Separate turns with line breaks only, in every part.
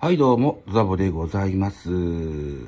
はい、どうも、ザボでございます。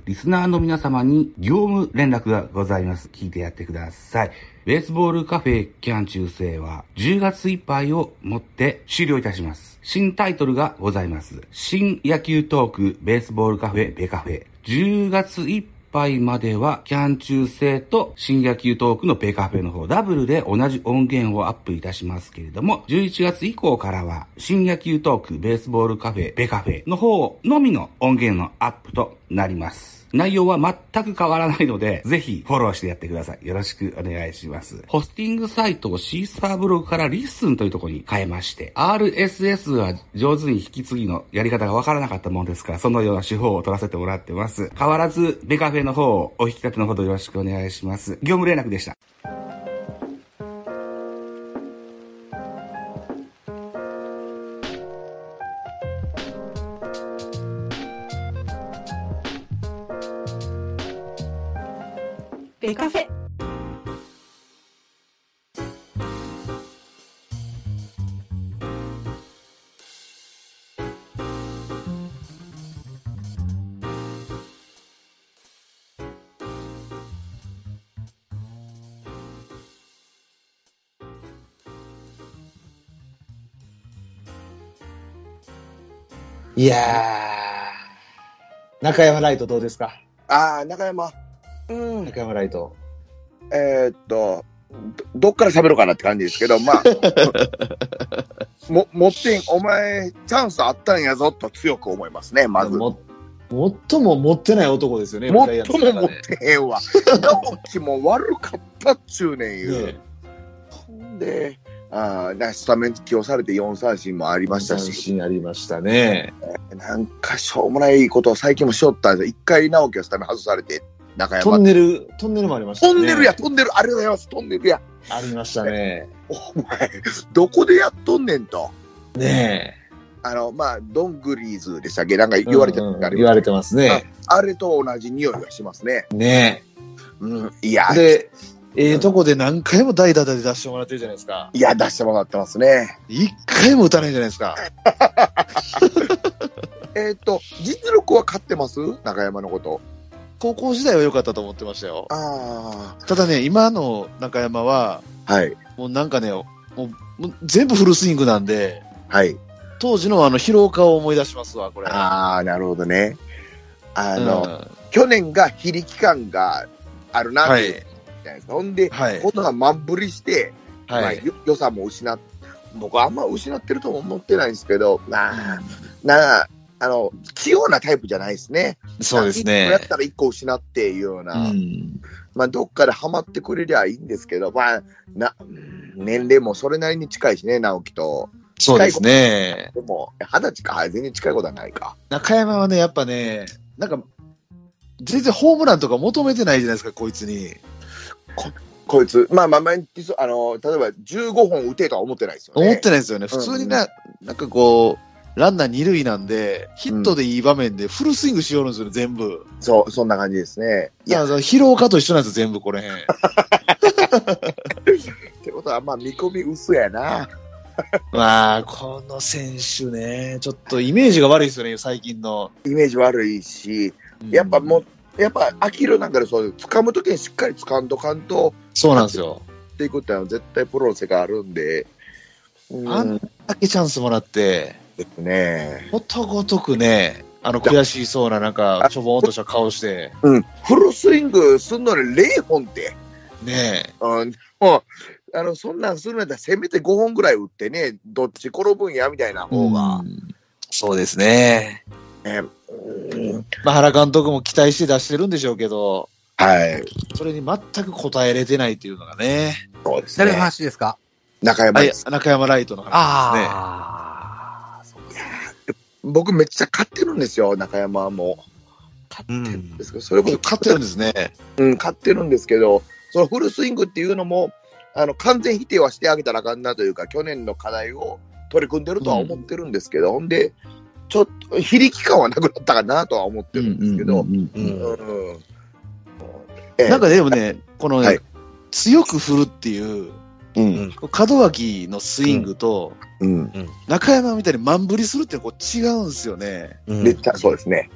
リスナーの皆様に業務連絡がございます。聞いてやってください。ベースボールカフェキャン中世は10月いっぱいをもって終了いたします。新タイトルがございます。新野球トークベースボールカフェベカフェ。10月いっぱいいっぱいまでは、キャン中制と新野球トークのペカフェの方、ダブルで同じ音源をアップいたしますけれども、11月以降からは、新野球トークベースボールカフェ、ペカフェの方のみの音源のアップとなります。内容は全く変わらないので、ぜひフォローしてやってください。よろしくお願いします。ホスティングサイトをシーサーブログからリッスンというところに変えまして、RSS は上手に引き継ぎのやり方がわからなかったもんですから、そのような手法を取らせてもらってます。変わらず、ベカフェの方をお引き立てのほどよろしくお願いします。業務連絡でした。
ベカフェ
いやー、中山ライトどうですか
ああ、中山。うん。
中山ライト。
えーっと、どどっから喋ろうかなって感じですけど、ま あ、も、もってん、お前、チャンスあったんやぞと強く思いますね、まず。
も最も持ってない男ですよね、
もっ
ジャイアンツ
と
の中
も
で
持ってへ んわ。直樹も悪かったっちゅうねん言
ね
う。で、ああ、なスタメン起用されて4三振もありました
三
し、
振ありましたね。
なんかしょうもないことを最近もしよったんですよ。一回直樹がスタメン外されて、中
トン
山。
ネル、トンネルもありましたね。
飛んでるや、飛んでる、ありがとうございます、飛んでるや。
ありましたね。
お前、 どこでやっとんねんと。
ね
あの、まあ、ドングリーズでしたっけなんか
え。
言われてた
うんうん
あれ
言われてますね。
あれと同じ匂いがしますね。
ね
うん。いや
え。、で、ええとこで何回も代打で出してもらってるじゃないですか。
いや、出してもらってますね。
一回も打たないじゃないですか。
えっ、と、実力は勝ってます中山のこと。
高校時代は良かったと思ってましたよ。
あ
ただね、今の中山は、
あ。はい。
もうなんかね、もうもう全部フルスイングなんで、
はい。
当時のあの疲労感を思い出しますわ、これ。
ああ、なるほどね。あ
あ
の、去年が非力感があるなって、
は
じ
い、
ゃないですか。ほんで、
はい
こ、んな満振りして、ま
は
あ
い。
よ良さも失っ、僕あんま失ってるとも思ってないんですけど、まあ、なあ、あの、器用なタイプじゃないですね。
そうです
一個や
ね
っ。たら一個失っていうよう
う
な、
ん、
まあ、どっかでハマってくれりゃいいんですけど、まあ、な、うん年齢もそれなりに近いしね、直樹と。
そうですね。
でも、二十歳か、あ全然近いことはないか。
中山はね、やっぱね、なんか、全然ホームランとか求めてないじゃないですか、こいつに。
こいつ、まあまあ、毎日そうあの、例えば15本打てとは思ってないですよね。
思ってないですよね。普通にな、なんかこう、ランナー二塁なんで、ヒットでいい場面でフルスイングしようんですよ、全部。
そう、そんな感じですね。い
いや、
や、
その疲労化と一緒なんですよ、全部これ。
ってことは、まあ、見込み薄やな。
まあ、この選手ね、ちょっとイメージが悪いですよね、最近の。
イメージ悪いし、やっぱもう、やっぱ、アキロなんかでそういう、掴むときにしっかり掴んとかんと、
そうなんですよ。
っていくってのは絶対プロの世界あるんで、うん
あんだけチャンスもらって、
ですね。
ことごとくね、あの悔しそうな、なんか、ちょぼーんとした顔して、
うん。フルスイングすんのに0本って。
ねえ、
うん。もう、あの、そんなんするんだったらせめて5本ぐらい打ってね、どっち転ぶんやみたいな方が。
うんそうですね。
ねうん
まあ、原監督も期待して出してるんでしょうけど、
はい。
それに全く応えれてないっていうのがね、
そうです
誰の
ね。
話ですか
中山
あい
で
や
す。
中山ライトの話ですね。
ああ、
僕めっちゃ勝ってるんですよ、中山はもう。勝ってるんですけど、それこそ
勝ってるんですね。
うん、買ってるんですけど、そのフルスイングっていうのも、あの完全否定はしてあげたらあかんなというか、去年の課題を取り組んでるとは思ってるんですけど、ほんで、ちょっと、非力感はなくなったかなとは思ってるんですけど、うんええ
なんかでもね、このね、
はい
強く振るっていう、
うん。
門脇のスイングと、
うん。
中山みたいに満振りするってこう違うんですよね。
うん
めっちゃ、そうですね。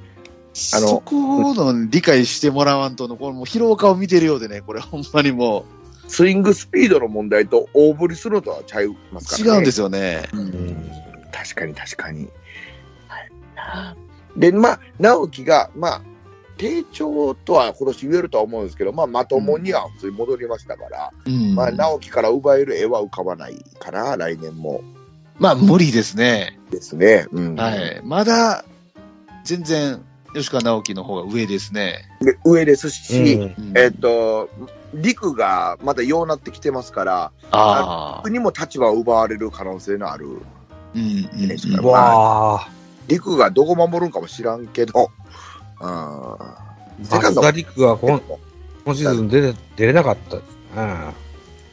あの
そこの理解してもらわんとの、このもう疲労感を見てるようでね、これほんまにも
スイングスピードの問題と大振りするのとはちゃいます
う
か
違
ら
う
ね。
んですよね。
うん
確かに確かに。で、まあ、直樹が、まあ、低調とは今年言えるとは思うんですけど、まあ、まともには普通に戻りましたから、
うん
まあ、直樹から奪える絵は浮かばないかな、来年も
まあ無理ですね。
ですね。うん
はい。まだ、全然、吉川直樹の方が上ですね。
で上ですし、
うん
うん
えっと、陸がまだようなってきてますから、
ああ。
陸にも立場を奪われる可能性のある。
うんうん
ですから
うわあ。
陸がどこ守るんかも知らんけど、うん。セ
ア
カン
ス
ド
ダリックが今今シーズン出れ出れなかった。うん。あ、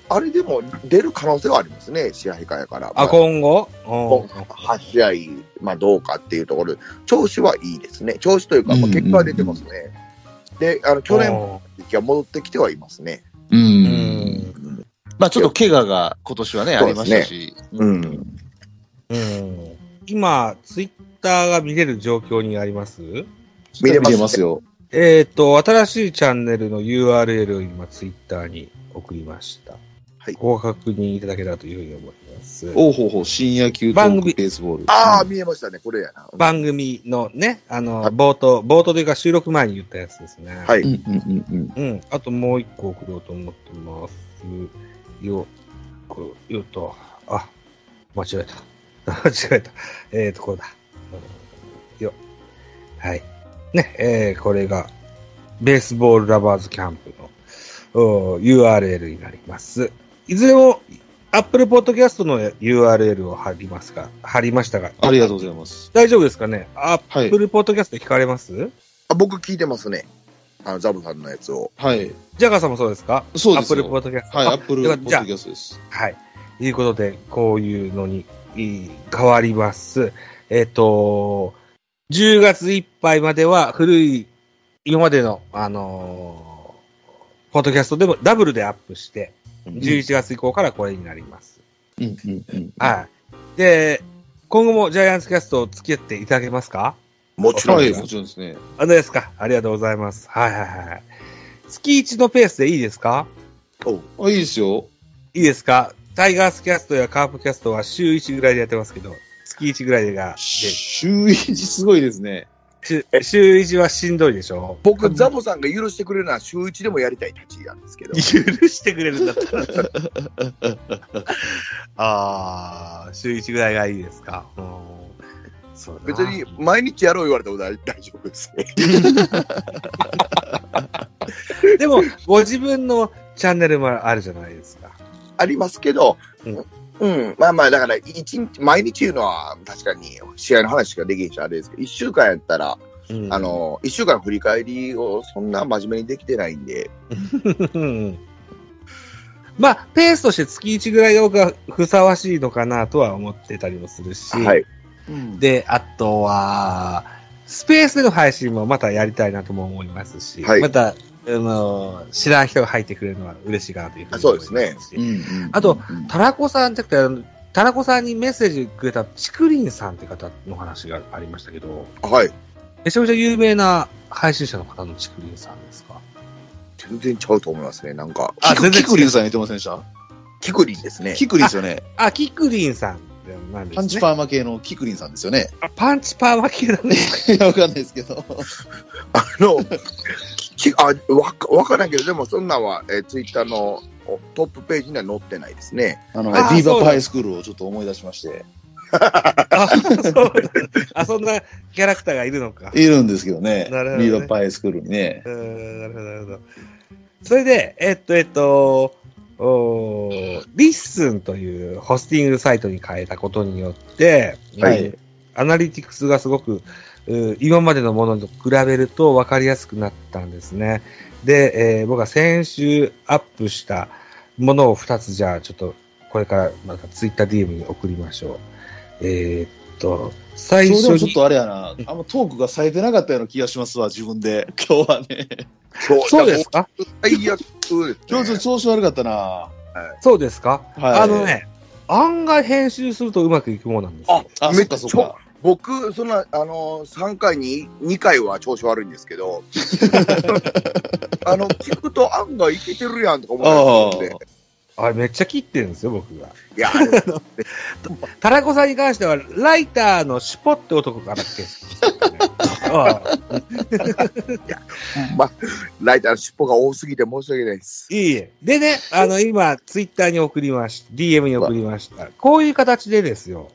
あれでも出る可能性はありますね、試合会やから。まあ
今後
こう8試合、まあ、どうかっていうところで、調子はいいですね、調子というか、
うん
ま
う
あ、
ん
結果は出てますね。で、あの去年
も。
は戻ってきてはいますね。
う。
うんん。
まあちょっと怪我が今年はね、ありましたし。
うん。
うん。今、ツイッターが見れる状況にあります
見れますね
よ。
えっ、と、新しいチャンネルの URL を今、ツイッターに送りました。
はい
ご確認いただけたらというふうに思います。
おうほうほう、新野球
番組
ベースボール。
ああ、見えましたね、これやな。
番組のね、あの、
はい
冒頭、冒頭というか収録前に言ったやつですね。
はい
うんうんうんうん。
うん。あともう一個送ろうと思ってます。よ、こう、よと、あ、間違えた。 間違えた。えーと、これだ。うんよ。はい。ね、えー、これが、ベースボールラバーズキャンプのおー URL になります。いずれも、Apple Podcast の URL を貼りますが、貼りましたが、
ありがとうございます。
大丈夫ですかね
はい
?Apple Podcast で聞かれます、
あ僕、聞いてますね、あのザブさんのやつを。
はい。
ジャガーさんもそうですか
そうですよ
Apple Podcast。
はい、
あ
アップル
よ
ポ
か
ッ
った
ド
じ
キ
ゃあ
ャストです。
はい。いうことで、こういうのにいい変わります。えっ、と、10月いっぱいまでは古い、今までの、あのーポッドキャストでもダブルでアップして、11月以降からこれになります。
うんうんうん。
はい。で、今後もジャイアンツキャストを付き合っていただけますか
もちろん
は
で
い、
す
も。ちろんですね。
あどうですかありがとうございます。はいはいはい。月1のペースでいいですか
お
あ、いいですよ。
いいですかタイガースキャストやカープキャストは週1ぐらいでやってますけど、月1ぐらいが、で
週一すごいですね。
週週1はしんどいでしょ
僕、ザボさんが許してくれるのは週一でもやりたい立ちなんですけど
許、してくれるんだったら。 ああ、週1ぐらいがいいですか。うんそうだ
別
な
に毎日やろう言われても大大丈夫ですね。
でも、ご自分のチャンネルもあるじゃないですか。
ありますけど、
う
うんん、まあまあ、だから、一日、毎日言うのは、確かに、試合の話しかできへんし、あれですけど、一週間やったら、
うん
あ、の、一週間の振り返りを、そんな真面目にできてないんで、
うん まあ、ペースとして月1ぐらいが僕はふさわしいのかなとは思ってたりもするし、
はい。
うん
で、あとは、スペースでの配信もまたやりたいなとも思いますし、
はい
また、あの、知らん人が入ってくれるのは嬉しいかなというふうに
あそうですね
思いますしあ
あ
と、タラコさんじゃなくてあの、タラコさんにメッセージくれたチクリンさんって方の話がありましたけど、
はい。
めちゃめちゃ有名な配信者の方のチクリンさんですか
全然ちゃうと思いますね。なんか、
あ
あ、
全然
全
違う
然。キクリンさん言ってませんでした
キクリンですね。
キクリンですよね。
あ、キクリンさんなんですね。
パンチ
ー
パーマ系のキクリンさんですよね。
マ。パンチパーマ系だね。
いや、わかんないですけど。
あの、きあ、わか、わからんけど、でもそんなんは、えツイッター Twitter のおトップページには載ってないですね。
あの、
あー
ビーバ
そう
ー
だ
パイスクールをちょっと思い出しまして。
あ、そうあ、そんなキャラクターがいるのか。
いるんですけどね。
なるほどね
ビーバーパイスクールにね。
うーんなるほど、なるほど。それで、えっと、えっと、おーリッスンというホスティングサイトに変えたことによって、
はい
うんアナリティクスがすごく、うー今までのものと比べると分かりやすくなったんですね。で、えー僕は先週アップしたものを2つじゃあ、ちょっとこれからまたツイッター DM に送りましょう。えーっと、最
それで
初
もちょっ
に、
とあれやな、あんまトークが冴えてなかったような気がしますわ、自分で。 今日はね。
今日
そうです。か
だから最悪ですね、
今日ちょっと調子悪かったな。
そうですか、
はい
あのね、案外編集するとうまくいくもんなんですよ。
あ、
め
そ
っ
っ
ち
か
ゃ
そっか。
僕、そんな、あの、3回に2回は調子悪いんですけど、あの、聞くと案外いけてるやんとか思って
あ
あれめっちゃ切ってるんですよ、僕が。
いや、あれ
タラコさんに関しては、ライターのシュポって男から消す、ああ
ライターの尻尾が多すぎて申し訳ないです。
いえいえ。でね、あの、今、ツイッターに送りました。DM に送りました。こういう形でですよ、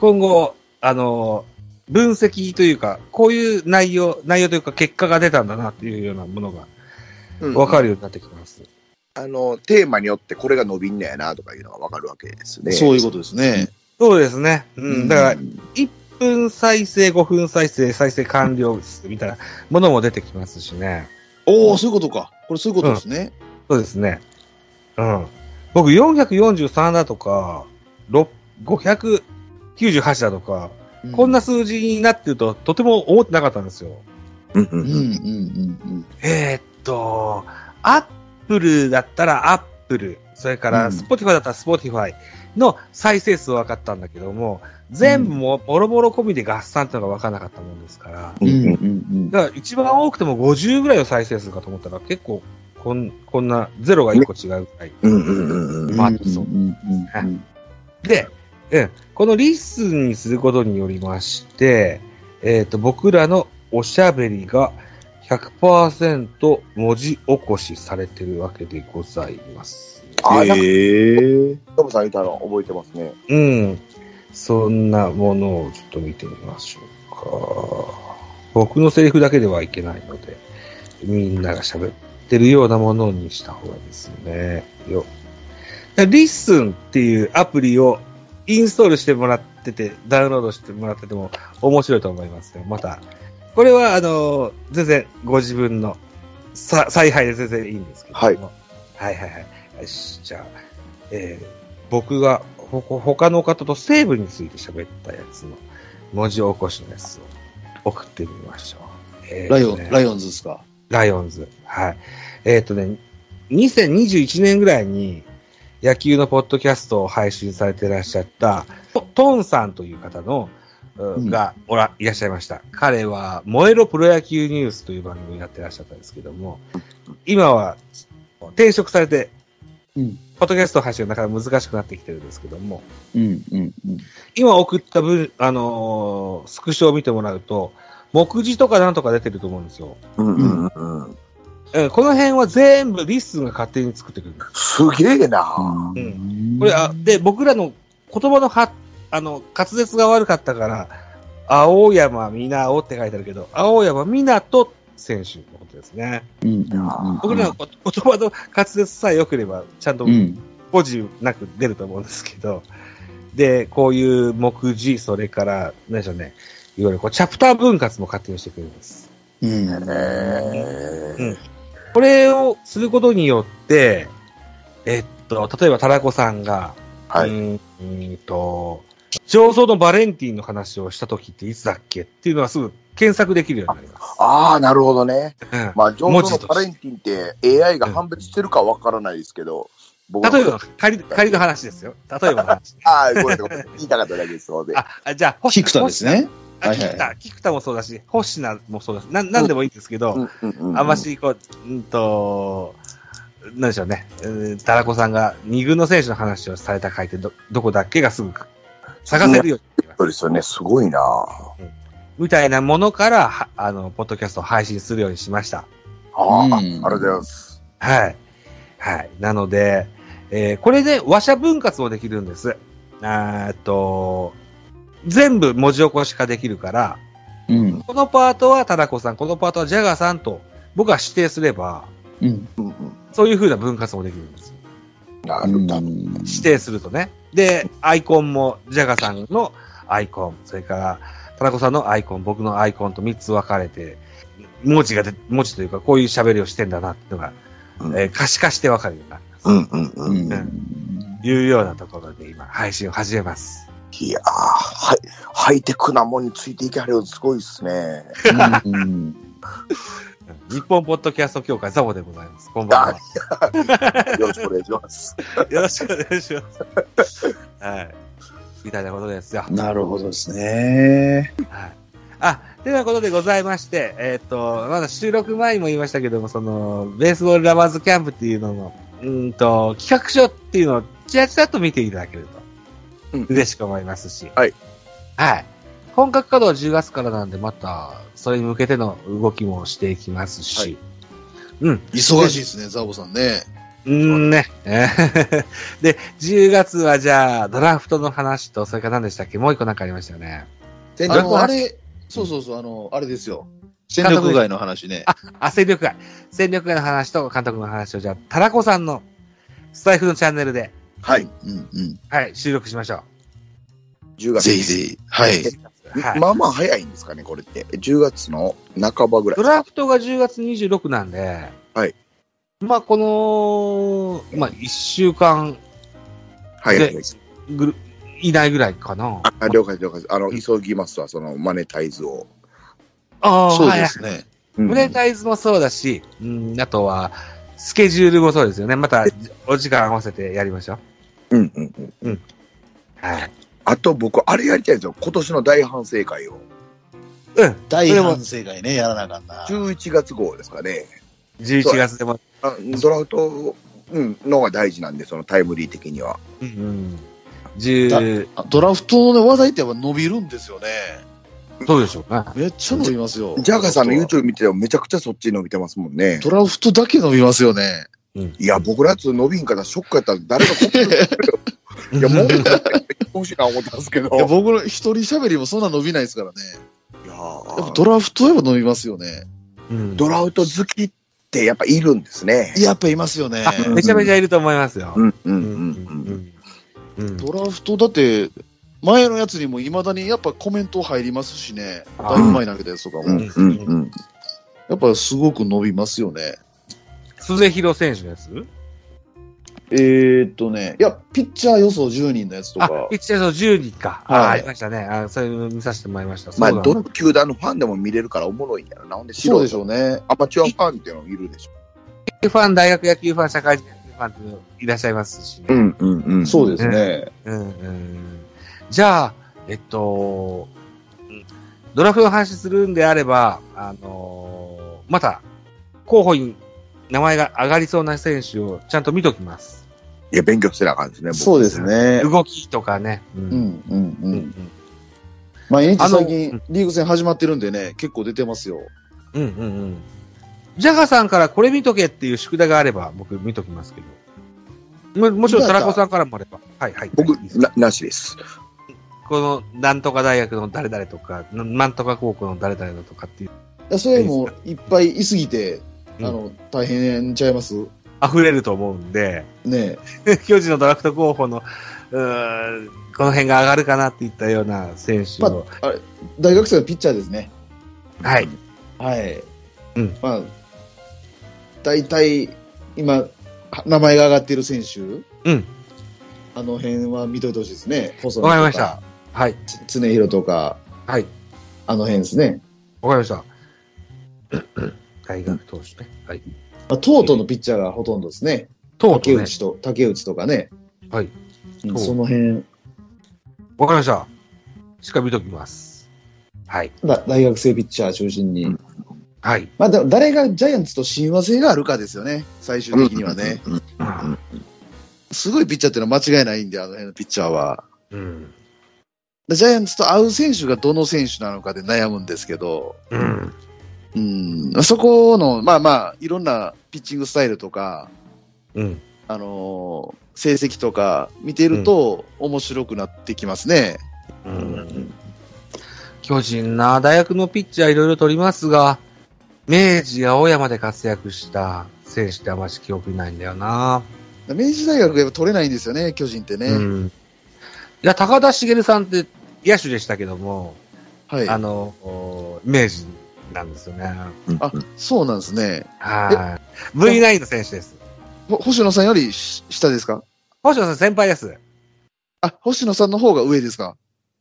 今後、あの、分析というか、こういう内容、内容というか結果が出たんだなっていうようなものが
うん
分かるようになってきます。
あの、テーマによってこれが伸びんねやなとかいうのがわかるわけですね。
そういうことですね。
そうですね。うん。だから、
うん、
1分再生、5分再生、再生完了ですみたいなものも出てきますしね。
おおそういうことか。これそういうことですね。
そうですね。うん。僕443だとか、ろ598だとか、
う
こんな。数字になってるととても思ってなかったんですよ。
うんう
うん
ん
う
うんん。
うん
えーっと、アップルだったらアップル、それか
う
ら
ん
スポティファイだったらスポティファイの再生数は分かったんだけども、全部もボロボロ込みで合算ってのが分からなかったもんですから、
うん。うんうんうん。
だから一番多くても50ぐらいを再生数かと思ったら結構こんこんなゼロが1個違うぐらい。
うんうんうん。
まあそう
うんうんうん
で、うん、このリスンにすることによりまして、えっ、と、僕らのおしゃべりが100%文字起こしされてるわけでございます。
ああ、なんか、
へえ。
トムさん言ったの覚えてますね。
うん。そんなものをちょっと見てみましょうか。僕のセリフだけではいけないので、みんなが喋ってるようなものにした方がいいですね。よ。リッスンっていうアプリをインストールしてもらってて、ダウンロードしてもらってても面白いと思いますよ。また。これは、あの、全然ご自分のさ采配で全然いいんですけども。
はい
はいはいはい。よし、じゃあ、えー僕がほ他の方とセーブについて喋ったやつの文字起こしのやつを送ってみましょう。えーと
ラ
ね
イオン、ライオンズですか。
ライオンズ。はい。えっ、とね、2021年ぐらいに野球のポッドキャストを配信されてらっしゃった、トトンさんという方の、う
うん
がおら、いらっしゃいました。彼は、燃えろプロ野球ニュースという番組をやってらっしゃったんですけども、今は転職されて、
うん
ポッドキャスト配信がなかなか難しくなってきてるんですけども、
うんうんうん。
今送った分、あのースクショを見てもらうと、目次とかなんとか出てると思うんですよ。
うんうんうん。
うんこの辺は全部リスンが勝手に作ってくる。
すげえな。
う
うん
これ、あ、で、僕らの言葉のは、あの、滑舌が悪かったから、青山みなおって書いてあるけど、青山みなと選手のことですね。
うんうんうん
僕らのこ言葉の滑舌さえ良ければ、ちゃんと
うん。
ポジなく出ると思うんですけど、で、こういう目次、それから、何でしょうね、いわゆるこうチャプター分割も勝手にしてくれるんです。
うん。
え
これをすることによって、えっと、例えば、タラコさんが、
はいう
ーんと、上層のバレンティンの話をした時っていつだっけっていうのはすぐ検索できるようになります。
ああ、なるほどね。
うん
まあ、上
文
手
字
の
と
パレンティンって AI が判別してるかわからないですけど、僕。
例えば、仮、仮の話ですよ。例えばの話
ああ、ごめんなさい。言いたかっただけですので。
あ、あじゃあ、星
菊田です。ね。
あ
はいはい
菊田、菊田もそうだし、星名もそうだし、なん、なんでもいいんですけど、
うんうんうんうん
あんまし、こう、うんと、なんでしょうね。うんタラコさんが二軍の選手の話をされた回ってど、どこだっけがすぐ探せるようになります
そうですよね。すごいな。
みたいなものから、はあの、ポッドキャストを配信するようにしました。
ああ、
うん
ありがとうございます。
はい。はい。なので、えーこれで話者分割もできるんです。あーっと、全部文字起こし化できるから、
うん。
このパートはタラコさん、このパートはジャガーさんと、僕が指定すれば、
うん。
うんうん
そういう風な分割もできるんです。
なるほど。
指定するとね。で、アイコンも、ジャガさんのアイコン、それから、田中さんのアイコン、僕のアイコンと3つ分かれて、文字がで、文字というか、こういう喋りをしてんだなっていうのが、
うん
えー可視化して分かるようになると
うんうんうん。
うん
いうようなところで今、配信を始めます。
いやーはい、 ハイテクなもんについていけはるよすごいですね。
うん
日本ポッドキャスト協会ザボでございます。こんばんは。
よろしくお願いします。
よろしくお願いします。はい。みたいなことですよ。
なるほどですね。
あ、てなことでございまして、えっ、と、まだ収録前にも言いましたけども、その、ベースボールラバーズキャンプっていうのの、うーんと、企画書っていうのをちらちらっと見ていただけると、
うん
嬉しく思いますし。
はい。
はい。本格稼働10月からなんで、また、それに向けての動きもしていきますし、
はい
うん。
忙しいですね、ザボさんね。
うーんね。 えーで、10月はじゃあ、ドラフトの話と、それから何でしたっけもう一個なんかありましたよね。
戦
あ
略
の、あ
は
れ、そうそうそう、あの、あれですよ。戦力外の話ね。
あ、戦力外。戦力外の話と監督の話を、じゃあ、タラコさんのスタイフのチャンネルで、
はい。
うんう
はい、収録しましょ
10
ん。
月。
ぜひぜひ。はい。
う。はい。
まあまあ早いんですかね、これって。10月の半ばぐらい。
ドラフトが10月26なんで、
はい。
まあ、この、まあ、1週間
はいはい。
ぐる以内ぐらいかな。
あ了解了解。あの、急ぎますわ、そのマネタイズを。
あ
そうで
はい
すね。
うん
ブレタイズもそうだし、うん、あとは、スケジュールもそうですよね。また、お時間合わせてやりましょう。
うんうんうん。
はい。
あと僕、あれやりたいんですよ。今年の大反省会を。
うん。
大反省会ね、やらなあかんな。
11月号ですかね。
11月でも。
あドラフト、うん、のが大事なんで、そのタイムリー的には。
うん。10、
あドラフトのね話題ってやっぱ伸びるんですよね。
そうでしょうね。
めっちゃ伸びますよ。
ジャガーさんの YouTube 見ててもめちゃくちゃそっちに伸びてますもんね。
ドラフトだけ伸びますよね。
いや、僕らやつ伸びんからショックやったら誰がこっ ちいや、もう、欲しいな思ったんですけど。
いや、僕の一人喋りもそんな伸びないですからね。
いや
やっぱ
ー
ドラフトやっぱ伸びますよね。
うん
ドラウト好きってやっぱいるんですね。
いややっぱいますよね。
あめちゃめちゃいると思いますよ。
うんうん
う
う
ん
ん
うんうん
ドラフトだって、前のやつにも未だにやっぱコメント入りますしね。
あ
だいぶ前に投げたやつとかも。
うん。うんうんうん。
やっぱすごく伸びますよね。
鈴広選手のやつ
えー、っとね、いや、ピッチャー予想10人のやつと
あ
か、、
ピッチャーの10人か。
はい
あ、ありましたね。あ、それ見させてもらいました。
まあ、
そう
ど
だ
の球団のファンでも見れるからおもろいんやろな。ほんで、
そう
素
でし
人、
ょうね。
アマチュアファンっていうのもいるでしょ。
野球ファン、大学野球ファン、社会人野球ファンっていうのいらっしゃいますしね。
んうんうん
そうで
す。
すね。
うんうんじゃあ、えっと、うんドラフトの話するんであれば、あのーまた、候補に名前が上がりそうな選手をちゃんと見ときます。
いや、勉強してなあかんですね。僕
そうです。ね。
動きとかね。う
うんんうんう。
うんん
毎日最
あの
近リーグ戦始まってるんでね、結構出てますよ。
うんうんうん。ジャガさんからこれ見とけっていう宿題があれば、僕見ときますけど。ももちろん、タラコさんからもあれば。はいはい。い
僕
いで、す
な、なしです。
この、なんとか大学の誰々とか、ななんとか高校の誰々だとかっていう、
いや、それもういっぱいいすぎて、あ
うん
の、大変ちゃいます
溢れると思うんで、
ね
巨人のドラフト候補の、うーんこの辺が上がるかなっていったような選手を、
大学生のピッチャーですね。
はい。
はい。
うん
まあ、大体、今、は名前が上がっている選手、
うん。
あの辺は見といてほしいですね。細
わかりま
野
し
と
た
か、。
はい。
つ常広とか、
はい。
あの辺ですね。
わかりました。大学投手ね。はい。
まあ、トートのピッチャーがほとんどですね。
とうと
竹
うね。
内と、竹内とかね。
はい。
うん
そう
その辺、
わかりました。しっかり見ときます。はい。
だ大学生ピッチャー中心に。
うん
はい。
まあ、でも誰がジャイアンツと親和性があるかですよね。最終的にはね。
うん。
うん。
すごいピッチャーっていうのは間違いないんで、あの辺のピッチャーは。
うん。
でジャイアンツと合う選手がどの選手なのかで悩むんですけど、
うん。
うん、そこの、まあまあ、いろんなピッチングスタイルとか、
うん。
あのー成績とか見てると面白くなってきますね。
うん。巨人な、大学のピッチャーいろいろ取りますが、明治、青山で活躍した選手ってあまし記憶にないんだよな。
明治大学がやっぱ取れないんですよね、巨人ってね。
うん。いや、高田茂さんって野手でしたけども、
はい。
あ
あ
の、お明治なんですよね。
そうなんですね。
はい。V9 の選手です。
ほ星野さんよりし下ですか
星野さん先輩です。
あ、星野さんの方が上ですか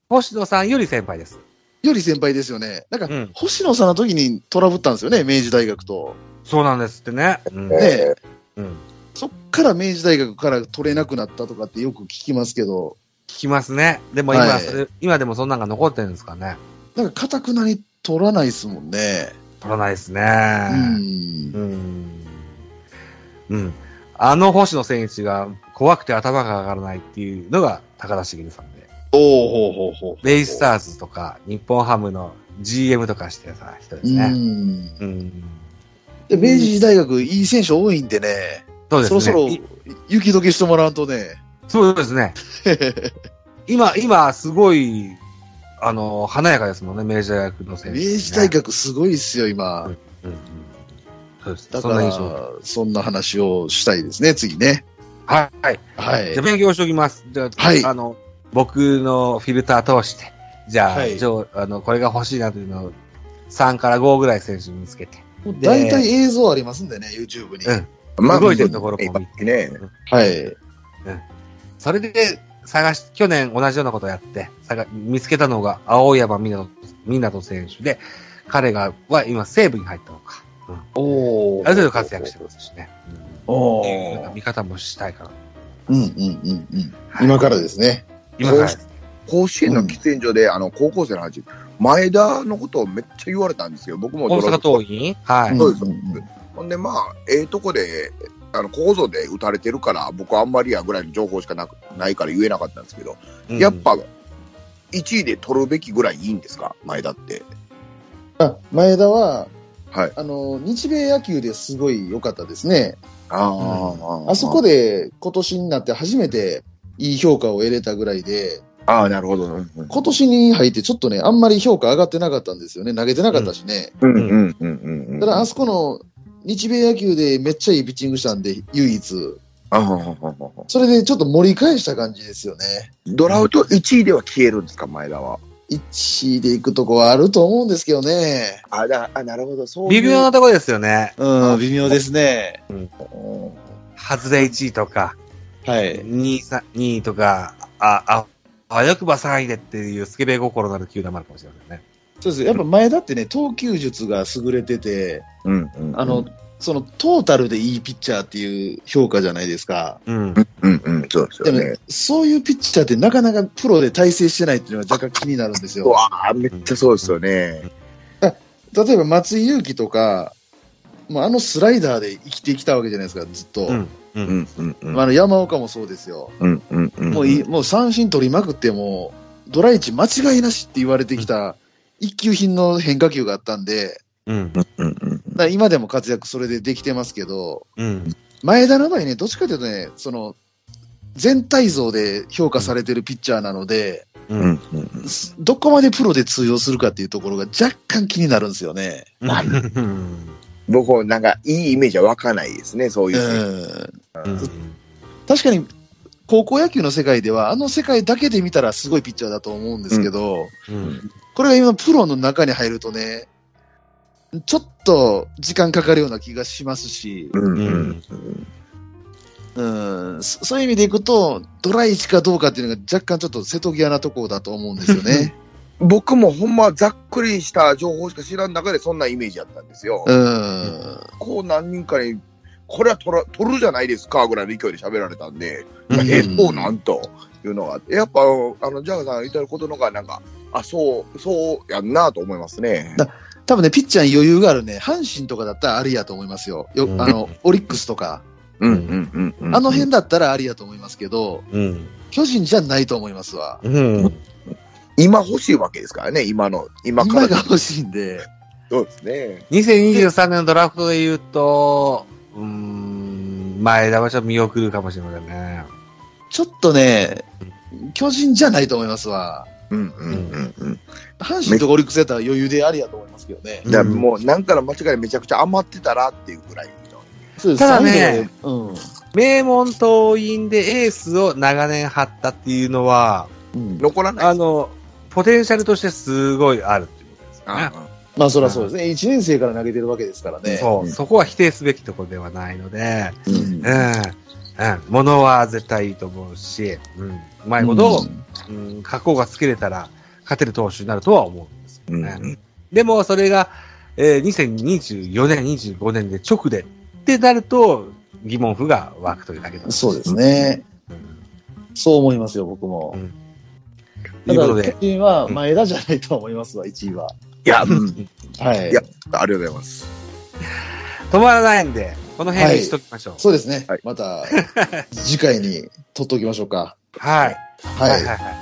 星野さんより先輩です。
より先輩ですよね。なんか、
うん
星野さんの時にトラブったんですよね、明治大学と。
そうなんですってね。うん
ねえ
うん
そっから明治大学から取れなくなったとかってよく聞きますけど、
聞きますね。でも今、
はい
それ今でもそんなんが残ってるんですかね。
なんか、かたくなに取らないですもんね。
取らないですね。
うん。
うん。うん。あの星野選手が怖くて頭が上がらないっていうのが高田茂さんで。
おおほうほうほう。
ベイスターズとか日本ハムの GM とかしてた人です
う
ね。
ん。
うん。
で、明治大学、いい選手多いんでね、
そうですね。
そろそろ
い、
雪解けしてもらう とね、
そうですね。今、今、すごい、あの、華やかですもんね、明治大学の選
明
手、ね。
治大学すごいですよ、今。
うん。うんそうです。
だ
そ
か
んな
ら
印象。、
そんな話をしたいですね、次ね。
はい。はい。
はい
じゃあ。勉強しておきます。じゃあ、
はい
あの、僕のフィルター通して、じゃあ、
はい
上あの、これが欲しいなというのを、3から5ぐらい選手見つけて。
大体映像ありますんでね、YouTube に。
うん
まあ
動いてるところも見て。
ね。
はい。
それで、探し、去年同じようなことをやって、探見つけたのが、青山みなと、みなと選手で、彼が、は今、西部に入ったのか。
お
ある程度活躍してますしね。
お
う
お
ん。なんか見方もしたいかな。
うんうんうんうん。今からですね。
今からです。
甲子園の喫煙所で、あの、高校生の話、前田のことをめっちゃ言われたんですよ。僕も
大
ド
阪
ラフト
桐蔭は
うん
い。
そうです
んん
ほんで、まあ、ええとこで、あの、ここぞで打たれてるから、僕あんまりやぐらいの情報しかなくないから言えなかったんですけど、
うん
やっぱ、1位で取るべきぐらいいいんですか前田って。
あ前田は、
はい
あの、日米野球ですごい良かったですね。
あ
ー
あそこで今年になって初めていい評価を得れたぐらいで、
ああ、なるほど。うん
今年に入ってちょっとね、あんまり評価上がってなかったんですよね。投げてなかったしね。
うんうんうんうんうん。
ただ、あそこの日米野球でめっちゃいいピッチングしたんで、唯一。
あはははは
それでちょっと盛り返した感じですよね。
ドラフト1位では消えるんですか前田は。
1位で行くとこはあると思うんですけどね。
あ、だあなるほど。そう
微妙なとこですよね。
うん、微妙ですね。
外れ1位とか、
はい。
2位さ、2位とか、あ、あ、あよくば3位でっていうスケベ心のある球団もあるかもしれませんね。
そうです。やっぱ前だってね、投球術が優れてて、
うんうん
あの、、そのトータルでいいピッチャーっていう評価じゃないですか。
うん。
うんうん、そうです
で
よ
も、
ね。
そういうピッチャーってなかなかプロで大成してないっていうのは若干気になるんです
う
よ。
わあめっちゃそうですよね。
例えば松井裕樹とか、まあ、あのスライダーで生きてきたわけじゃないですか、ずっと。
うん。う。
うんんうんうん
まあ、あの山岡もそうですよ。
うんうんうん。
もういもう三振取りまくっても、ドライチ間違いなしって言われてきた一級品の変化球があったんで、
うん。
うんうん
だから今でも活躍それでできてますけど、
うん。
前田の場合ね、どっちかというとね、その、全体像で評価されてるピッチャーなので、
う。
うんんうん。
すどこまでプロで通用するかっていうところが若干気になるんですよね。
うん。
僕もなんか、いいイメージは湧かないですね、そういうう選手。
ん。
うん
確かに、高校野球の世界では、あの世界だけで見たらすごいピッチャーだと思うんですけど、
うん。
これが今プロの中に入るとね、ちょっと時間かかるような気がしますし、
うんう
うんん。
うん、そそういう意味でいくと、ドライチかどうかっていうのが若干ちょっと瀬戸際なところだと思うんですよ ね。
僕もほんまざっくりした情報しか知らん中でそんなイメージだったんですよ
う。ん。
こう何人かに、これは取ら取るじゃないですかぐらいの勢いで喋られたんで、
うん
え、そうなんというのがあって、やっぱ、あのあの、ジャガーさんが言ってることのが、なんか、あ、そう、そうやんなと思いますね。
だ多分ね、ピッチャーに余裕があるね、阪神とかだったらありやと思いますよ。よ
うん
あの、オリックスとか、
うんんう
あの辺だったらありやと思いますけど、
うん。
巨人じゃないと思いますわ。
うん。
今欲しいわけですからね、今の、今か
今
ら
が。欲しいんで、
そうですね。
2023年のドラフトで言うと、うーん、前田はちょっと見送るかもしれませんね。
ちょっとね、巨人じゃないと思いますわ。
うんうんうんうん。
阪神とかオリックスやったら余裕でありやと思いますけどね。
うん
じゃあもう、なんかの間違いでめちゃくちゃ余ってたらっていうぐらいの。
そうです
ただね、
最後まで
名門党員でエースを長年張ったっていうのは、
うん。うん
残らない。
あの、ポテンシャルとしてすごいあるっていうことですよね。
まあそりゃそうですね。1年生から投げてるわけですからね。
そう、
うん
そこは否定すべきところではないので、
うん
うん、うん、ものは絶対いいと思うし、うん、うまいことを、うん、格好がつけれたら、勝てる投手になるとは思うんです
うん
でも、それが、えー2024年、25年で直でってなると、疑問符が湧くというだけだ
そうです。ね。そう思いますよ、僕も。
と
た
いうこと
だ、
で
巨、人は前田じゃないとは思いますわ、1位は。
いや、うん、
はい。
いやありがとうございます。
止まらないんで、この辺にしときましょう。
そうですね。
はい
また、次回に取っておきましょうか。
はい。
はい。
はいはい